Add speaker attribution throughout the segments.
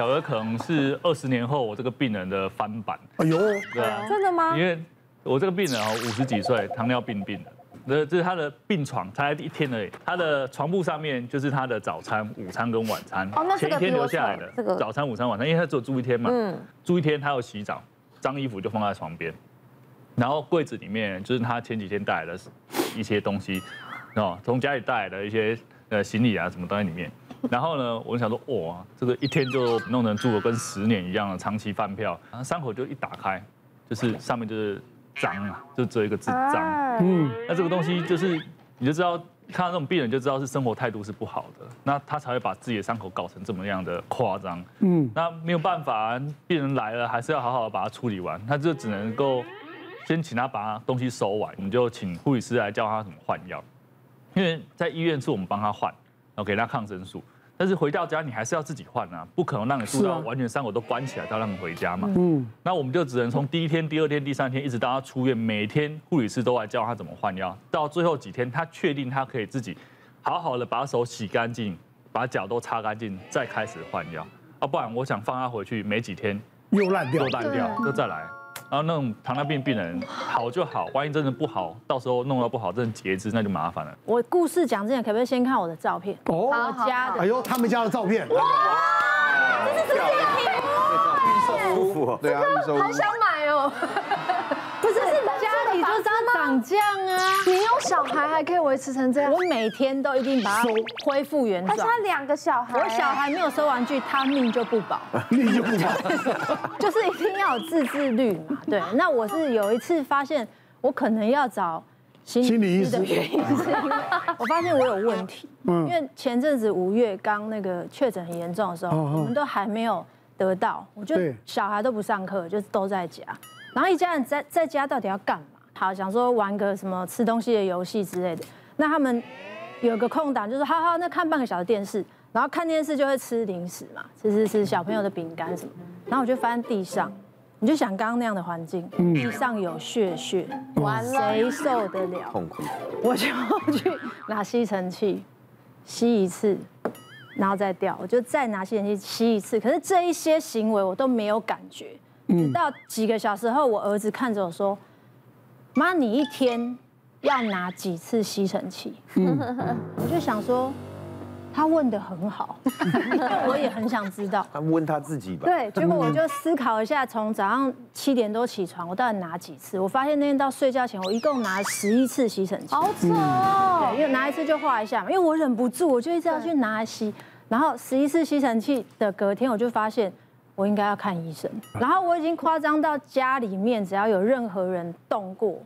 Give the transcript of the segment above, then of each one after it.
Speaker 1: 小儿可能是二十年后我这个病人的翻版，
Speaker 2: 哎呦，
Speaker 1: 对啊，
Speaker 3: 真的吗
Speaker 1: 因？为我这个病人哦，五十几岁，糖尿病病人，这这是他的病床，才一天而已。他的床铺上面就是他的早餐、午餐跟晚餐，
Speaker 3: 哦那这
Speaker 1: 前
Speaker 3: 个
Speaker 1: 一天
Speaker 3: 比我
Speaker 1: 留下来的
Speaker 3: 小这个
Speaker 1: 早餐、午餐、晚餐，因为他只有住一天嘛，
Speaker 3: 嗯
Speaker 1: 住一天他要洗澡，脏衣服就放在床边，然后柜子里面就是他前几天带来的一些东西，哦，从家里带来的一些呃行李啊什么都在里面。然后呢，我就想说，哇，这个一天就弄成住了跟十年一样的长期饭票，然后伤口就一打开，就是上面就是脏啊，就只有一个字脏。
Speaker 3: 啊，
Speaker 2: 嗯，
Speaker 1: 那这个东西就是你就知道看到这种病人就知道是生活态度是不好的，那他才会把自己的伤口搞成这么样的夸张。
Speaker 2: 嗯，
Speaker 1: 那没有办法，病人来了还是要好好地把它处理完，他就只能够先请他把东西收完，我们就请护理师来教他怎么换药，因为在医院是我们帮他换，然后给他抗生素。但是回到家你还是要自己换啊，不可能让你住
Speaker 2: 是
Speaker 1: 到
Speaker 2: 啊
Speaker 1: 完全伤口都关起来，再让你回家嘛。
Speaker 2: 嗯，
Speaker 1: 那我们就只能从第一天、第二天、第三天，一直到他出院，每天护理师都来教他怎么换药。到最后几天，他确定他可以自己好好的把手洗干净，把脚都擦干净，再开始换药。啊，不然我想放他回去，没几天
Speaker 2: 又烂掉
Speaker 1: 又
Speaker 2: 了，
Speaker 1: 烂掉，又再来。然后啊那种糖尿病病人好就好，万一真的不好，到时候弄到不好，真的截肢那就麻烦了。
Speaker 4: 我故事讲之前，可不可以先看我的照片？
Speaker 2: 哦，
Speaker 4: 我家的
Speaker 2: 哎呦，他们家的照片，
Speaker 5: 舒服哦，对啊，预售屋
Speaker 3: 好想买哦！
Speaker 4: 不是是
Speaker 3: 家
Speaker 4: 家
Speaker 3: 里
Speaker 4: 里
Speaker 3: 就这
Speaker 4: 就
Speaker 3: 样
Speaker 4: 这样长这样啊！
Speaker 3: 你有小孩还可以维持成这样
Speaker 4: 我，每天都一定把它
Speaker 2: 收
Speaker 4: 恢复原
Speaker 3: 而且
Speaker 4: 状
Speaker 3: 他。两个小孩，
Speaker 4: 我小孩没有收玩具，他命就不保，
Speaker 2: 你就不 好，
Speaker 4: 就是一定要有自制力嘛。对，那我是有一次发现，我可能要找心
Speaker 2: 心理医
Speaker 4: 师的
Speaker 2: 师
Speaker 4: 原因是因为我发现我有问题。
Speaker 2: 嗯
Speaker 4: 因为前阵子五月刚那个确诊很严重的时候，
Speaker 2: 嗯嗯
Speaker 4: 我们都还没有得到，我就
Speaker 2: 对
Speaker 4: 小孩都不上课，就是都在家，然后一家人在在家到底要干嘛？好，想说玩个什么吃东西的游戏之类的。那他们有个空档，就是好好那看半个小时电视，然后看电视就会吃零食嘛，吃吃吃小朋友的饼干什么。然后我就翻地上，你就想刚刚那样的环境，地上有血血，完了谁受得了？
Speaker 5: 痛苦，
Speaker 4: 我就去拿吸尘器吸一次，然后再掉，我就再拿吸尘器吸一次。可是这一些行为我都没有感觉，直到几个小时后，我儿子看着我说：“妈，你一天要拿几次吸尘器？”我就想说，他问的很好， 因为我也很想知道。
Speaker 5: 他问他自己吧。
Speaker 4: 对，结果我就思考一下，从早上七点多起床，我到底拿几次？我发现那天到睡觉前，我一共拿十一次吸尘器。
Speaker 3: 好丑
Speaker 4: 对，
Speaker 1: 嗯
Speaker 3: 哦，
Speaker 4: 因为拿一次就画一下嘛，因为我忍不住，我就一直要去拿来吸。然后十一次吸尘器的隔天，我就发现我应该要看医生。
Speaker 3: 嗯
Speaker 4: 然后我已经夸张到家里面，只要有任何人动过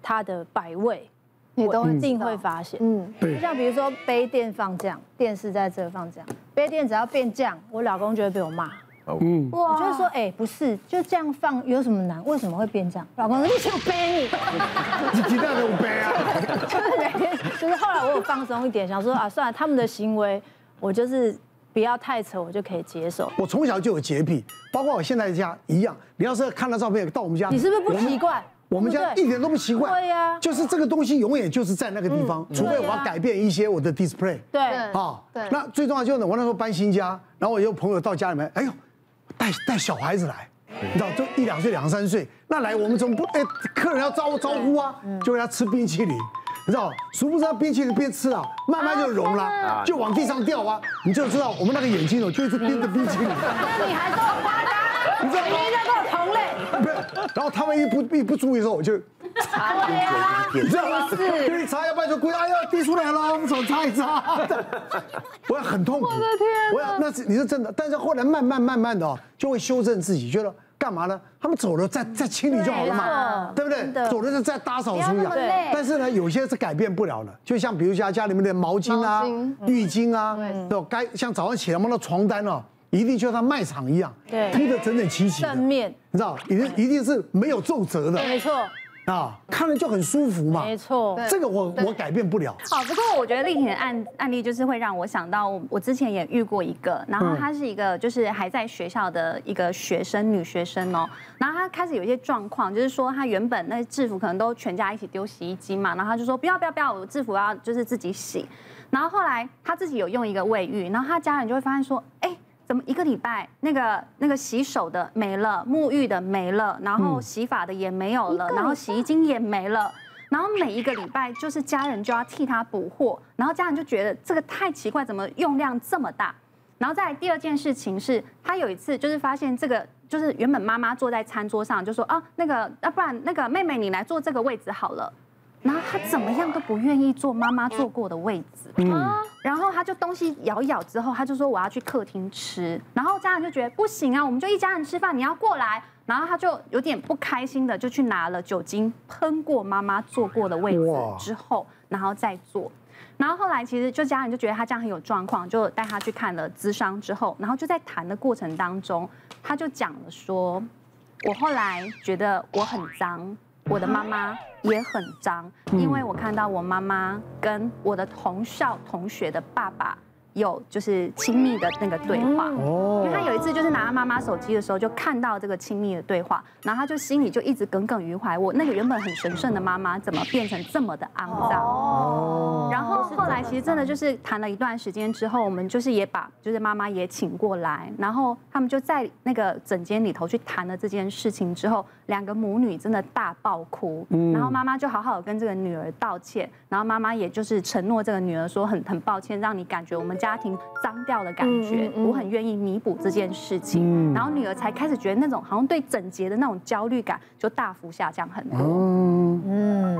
Speaker 4: 他的摆位，
Speaker 3: 你都
Speaker 4: 我
Speaker 3: 会
Speaker 4: 一
Speaker 3: 知
Speaker 4: 定
Speaker 3: 道
Speaker 4: 会发现。
Speaker 3: 嗯，
Speaker 4: 就像比如说杯垫放这样，电视在这放这样，杯垫只要变这样，我老公就会被我骂。
Speaker 5: 哦
Speaker 2: 嗯，
Speaker 3: 哇
Speaker 4: 我就会说，哎、不是，就这样放有什么难？为什么会变这样？老公说你想背你。
Speaker 2: 你鸡蛋都背啊，
Speaker 4: 就是每天，就是后来我有放松一点，想说啊，算了，他们的行为我就是不要太扯，我就可以接受。
Speaker 2: 我从小就有洁癖，包括我现在家一样。你要是看到照片到我们家，
Speaker 4: 你是不是不
Speaker 2: 我们
Speaker 4: 习惯？
Speaker 2: 我们家
Speaker 4: 对
Speaker 2: 一
Speaker 4: 不对
Speaker 2: 点都不奇怪，
Speaker 4: 对呀
Speaker 2: 就是这个东西永远就是在那个地方，除非我要改变一些我的 display。
Speaker 4: 对，
Speaker 2: 啊，
Speaker 3: 对
Speaker 2: 那最重要就是呢，我那时候搬新家，然后我有朋友到家里面，哎呦，带带小孩子来，你知道，就一两岁、两三岁，那来我们总不哎，客人要招招呼啊，就给他吃冰淇淋。你知道，殊不知他冰淇淋边吃啊，慢慢就融了，就往地上掉啊，你就知道我们那个眼睛哦，就一直盯着冰淇淋，
Speaker 4: 你还说我夸张，
Speaker 2: 你知道吗
Speaker 4: 明明在跟我同类。
Speaker 2: 不是，然后他们一不一不注意的时候，我就
Speaker 5: 对啊，
Speaker 2: 你知道吗？给你擦，要不然就故意，哎呀，滴出来了，我们手擦一擦。我很痛苦。我的天！我要那是你是真的，但是后来慢慢慢慢的哦，就会修正自己，觉得干嘛呢？他们走了再再清理 就好了嘛，对
Speaker 4: 对
Speaker 2: 不
Speaker 4: 啦
Speaker 2: 对
Speaker 4: 真？的
Speaker 2: 走了就再打扫
Speaker 3: 不要
Speaker 2: 除一
Speaker 3: 那
Speaker 2: 样
Speaker 3: 么。累，
Speaker 2: 但是呢，有些是改变不了的，就像比如家家里面的毛巾啊
Speaker 3: 毛巾、
Speaker 2: 浴巾啊，对吧，该像早上起来我们的床单哦，一定就像卖场一样，
Speaker 4: 对
Speaker 2: 铺的整整齐齐的，
Speaker 4: 正面
Speaker 2: 你知道，一定一定是没有皱褶的
Speaker 4: 没错，
Speaker 2: 啊，看了就很舒服嘛。
Speaker 4: 没错。
Speaker 2: 这个我我改变不了。
Speaker 6: 哦，不过我觉得丽婷的案案例就是会让我想到，我之前也遇过一个，然后她是一个就是还在学校的一个学生，女学生哦，然后她开始有一些状况，就是说她原本那制服可能都全家一起丢洗衣机嘛，然后她就说不要不要不要，我制服要就是自己洗，然后后来她自己有用一个卫浴，然后她家人就会发现说，哎。怎么一个礼拜那个那个洗手的没了，沐浴的没了，然后洗发的也没有了，然后洗衣精也没了。然后每一个礼拜，就是家人就要替他补货，然后家人就觉得这个太奇怪，怎么用量这么大？然后再来第二件事情是，他有一次就是发现这个，就是原本妈妈坐在餐桌上就说啊，那个，要、不然那个妹妹你来坐这个位置好了。然后他怎么样都不愿意坐妈妈坐过的位置，啊然后他就东西咬一咬之后，他就说我要去客厅吃，然后家人就觉得不行啊，我们就一家人吃饭，你要过来，然后他就有点不开心的就去拿了酒精喷过妈妈坐过的位置
Speaker 2: 哇
Speaker 6: 之后，然后再坐。然后后来其实就家人就觉得他这样很有状况，就带他去看了咨商之后，然后就在谈的过程当中，他就讲了说，我后来觉得我很脏，我的妈妈也很脏，因为我看到我妈妈跟我的同校同学的爸爸有就是亲密的那个对话。
Speaker 2: 嗯
Speaker 6: 因
Speaker 2: 哦
Speaker 6: 为他有一次就是拿他妈妈手机的时候，就看到这个亲密的对话，然后他就心里就一直耿耿于怀，我那个原本很神圣的妈妈，怎么变成这么的肮脏？
Speaker 4: 哦
Speaker 2: 哦
Speaker 6: 然后后来其实哦真的就是谈了一段时间之后，我们就是也把就是妈妈也请过来，然后他们就在那个诊间里头去谈了这件事情之后，两个母女真的大爆哭，然后妈妈就好好地跟这个女儿道歉，然后妈妈也就是承诺这个女儿说很很抱歉，让你感觉我们家庭脏掉的感觉，我很愿意弥补这件事情，然后女儿才开始觉得那种好像对整洁的那种焦虑感就大幅下降很多。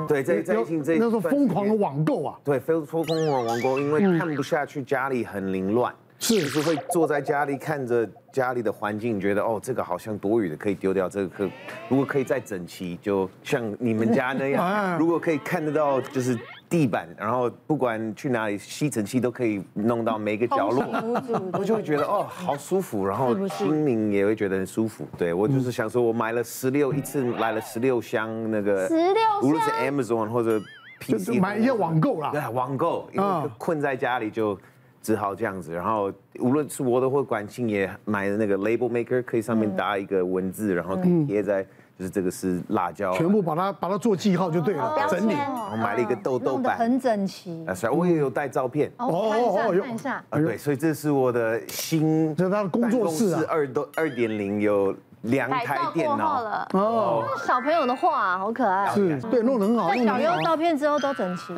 Speaker 5: 对，在在疫情这一
Speaker 2: 那时候
Speaker 5: 段时
Speaker 2: 疯
Speaker 5: 间
Speaker 2: 狂的网购啊，
Speaker 5: 对，非抽空网网购，因为看不下去家里很凌乱，
Speaker 2: 是
Speaker 5: 就是会坐在家里看着家里的环境，觉得哦这个好像多余的可以丢掉，这个可如果可以再整齐，就像你们家 那
Speaker 2: 啊
Speaker 5: 样，如果可以看得到就是地板，然后不管去哪里吸尘器都可以弄到每个角落，
Speaker 2: 啊
Speaker 5: 我就会觉得哦好舒服，然后心灵也会觉得很舒服。对我就是想说，我买了十六一次来了十六箱那个，
Speaker 3: 16
Speaker 5: 无论是 Amazon 或者。
Speaker 2: 就
Speaker 5: PC
Speaker 2: 就买一些网购啦
Speaker 5: 对。啊，网购，因为
Speaker 2: 嗯
Speaker 5: 困在家里就只好这样子。然后无论是我的或管庆也买的那个 label maker，可以上面搭一个文字，然后可以贴在，就是这个是辣椒啊，
Speaker 2: 全部把它把它做记号就对了，整理。
Speaker 7: 哦
Speaker 5: 然后买了一个豆豆
Speaker 8: 弄得
Speaker 5: 板。
Speaker 8: 很整齐。
Speaker 5: 啊，是啊，我也有带照片。
Speaker 8: 哦，看一
Speaker 2: 哎哦哦哦
Speaker 8: 下
Speaker 2: 有
Speaker 8: 看一下，
Speaker 5: 啊，对，所以这是我的新
Speaker 2: 这是他的工作室啊
Speaker 5: 二都二点零有两台电脑，
Speaker 6: 了，
Speaker 2: 哦，
Speaker 8: 小朋友的画啊好可爱。
Speaker 2: 是对，弄得很好，弄得
Speaker 4: 小优
Speaker 2: 很好。
Speaker 4: 照片之后都 整齐，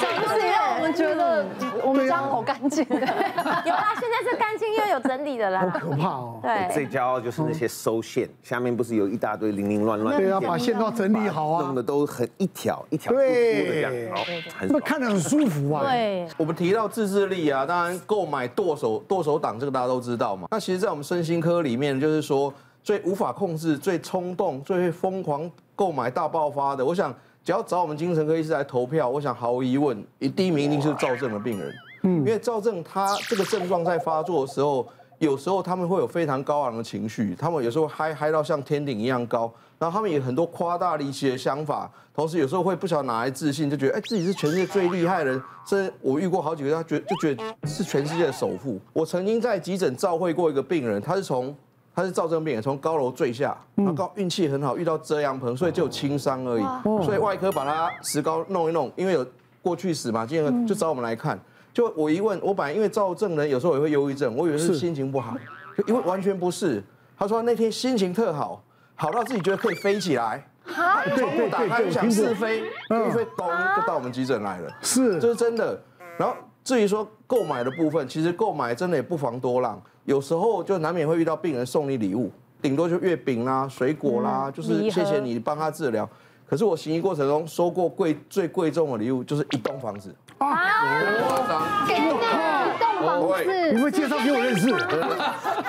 Speaker 8: 就是让我们觉得
Speaker 2: 嗯
Speaker 8: 我们家好干 净。
Speaker 7: 有啦，现在是干净又有整理的
Speaker 2: 好
Speaker 7: 啦。
Speaker 2: 可怕哦。
Speaker 5: 最骄傲就是那些收线，下面不是有一大堆零零乱乱的
Speaker 2: 对
Speaker 5: 线，
Speaker 2: 啊，把线都要整理好
Speaker 5: 弄
Speaker 2: 啊
Speaker 5: 得，都很一条一条粗粗的这样，
Speaker 2: 对
Speaker 5: 然后
Speaker 2: 那
Speaker 5: 很爽
Speaker 2: 看着很舒服啊。
Speaker 4: 对，
Speaker 9: 我们提到自制力啊，当然购买剁手剁手党这个大家都知道嘛。那其实，在我们身心科里面，就是说最无法控制、最冲动、最疯狂购买大爆发的，我想只要找我们精神科医师来投票，我想毫无疑问，一第一名一定是躁症的病人。嗯，因为躁症他这个症状在发作的时候，有时候他们会有非常高昂的情绪，他们有时候嗨嗨到像天顶一样高，然后他们有很多夸大离奇的想法，同时有时候会不晓得哪来自信，就觉得哎自己是全世界最厉害的人，甚至我遇过好几个，他觉得就觉得是全世界的首富。我曾经在急诊照会过一个病人，他是从他是躁症病人，从高楼坠下，
Speaker 2: 嗯
Speaker 9: 他高运气很好，遇到遮阳棚，所以只有轻伤而
Speaker 2: 哦
Speaker 9: 已，所以外科把他石膏弄一弄，因为有过去史嘛，今天就找我们来看。就我一问，我本来因为躁症人有时候也会忧郁症，我以为是心情不好，就因为完全不是。他说他那天心情特好，好到自己觉得可以飞起来，
Speaker 2: 对对对
Speaker 9: 不打开
Speaker 2: 对，
Speaker 9: 就
Speaker 2: 我
Speaker 9: 想
Speaker 2: 听
Speaker 9: 试
Speaker 2: 过。
Speaker 9: 飞，
Speaker 2: 嗯
Speaker 9: 一飞咚就到我们急诊来了。这
Speaker 2: 是
Speaker 9: 是真的。然后至于说购买的部分，其实购买真的也不妨多让，有时候就难免会遇到病人送你礼物，顶多就月饼啦、水果啦，就是谢谢你帮他治疗。可是我行医过程中收过贵最贵重的礼物就是一栋房子，
Speaker 2: 啊
Speaker 9: 夸张，
Speaker 8: 一栋
Speaker 9: 哦
Speaker 8: 房
Speaker 2: 你
Speaker 8: 子，
Speaker 2: 会介绍给我认 识？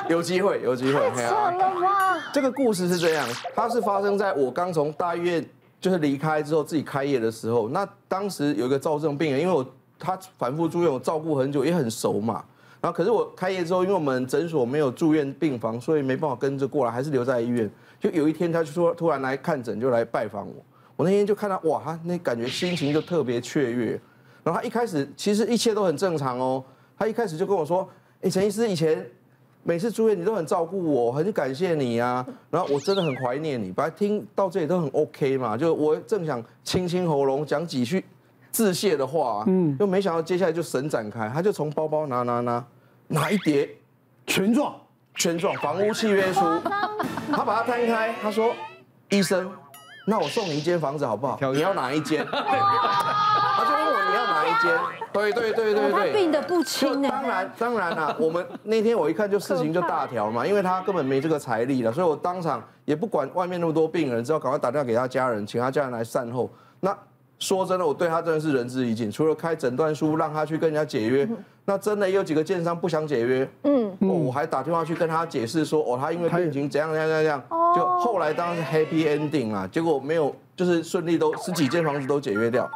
Speaker 9: 有机会，有机会。嘿啊
Speaker 8: 好了哇！
Speaker 9: 这个故事是这样，它是发生在我刚从大医院就是离开之后自己开业的时候。那当时有一个躁症病人，因为我他反复住院，我照顾很久，也很熟嘛。然后可是我开业之后，因为我们诊所没有住院病房，所以没办法跟着过来，还是留在医院。就有一天他就说突然来看诊，就来拜访我。我那天就看他，哇，他那感觉心情就特别雀跃。然后他一开始其实一切都很正常哦，他一开始就跟我说：“哎，陈医师，以前每次住院你都很照顾我，很感谢你啊。然后我真的很怀念你。本来听到这里都很 OK 嘛，就我正想清清喉咙讲几啊句致谢的话、嗯，就没想到接下来就神展开，他就从包包拿拿拿哪一叠
Speaker 2: 全状，
Speaker 9: 权状、房屋契约书，他把它摊开，他说：“医生，那我送你一间房子好不好？你要哪一间？”他就问我你要哪一间？对对对对
Speaker 4: 哦他
Speaker 9: 对，
Speaker 4: 病得不
Speaker 9: 就
Speaker 4: 轻
Speaker 9: 当
Speaker 4: 哎，
Speaker 9: 然当然啦、我们那天我一看就事情就大条嘛，因为他根本没这个财力了，所以我当场也不管外面那么多病人，只好赶快打电话给他家人，请他家人来善后。那说真的，我对他真的是仁至义尽，除了开诊断书让他去跟人家解约，那真的也有几个建商不想解约，嗯，我还打电话去跟他解释说，哦，他因为病情怎样怎样怎样，就后来当然是 happy ending 啦，结果没有。就是顺利都十几间房子都解约掉，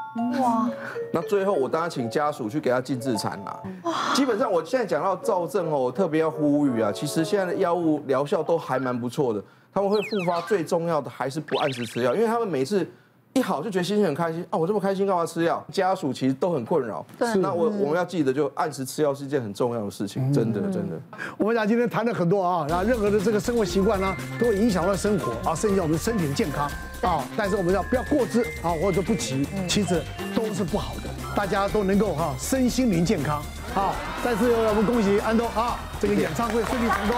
Speaker 9: 那最后我当然请家属去给他进自产啦。基本上我现在讲到躁症哦，我特别要呼吁啊，其实现在的药物疗效都还蛮不错的，他们会复发，最重要的还是不按时吃药，因为他们每次。一好就觉得心情很开心啊！我这么开心干嘛吃药？家属其实都很困扰。对，那我我们要记得，就按时吃药是一件很重要的事情，真的真的。
Speaker 2: 我们俩今天谈了很多啊，然后任何的这个生活习惯呢、都会影响到生活啊，甚至我们身体的健康啊。但是我们要不要过之啊，或者说不及，其实都是不好的。大家都能够哈、身心灵健康啊。再次我们恭喜安东啊，这个演唱会顺利成功。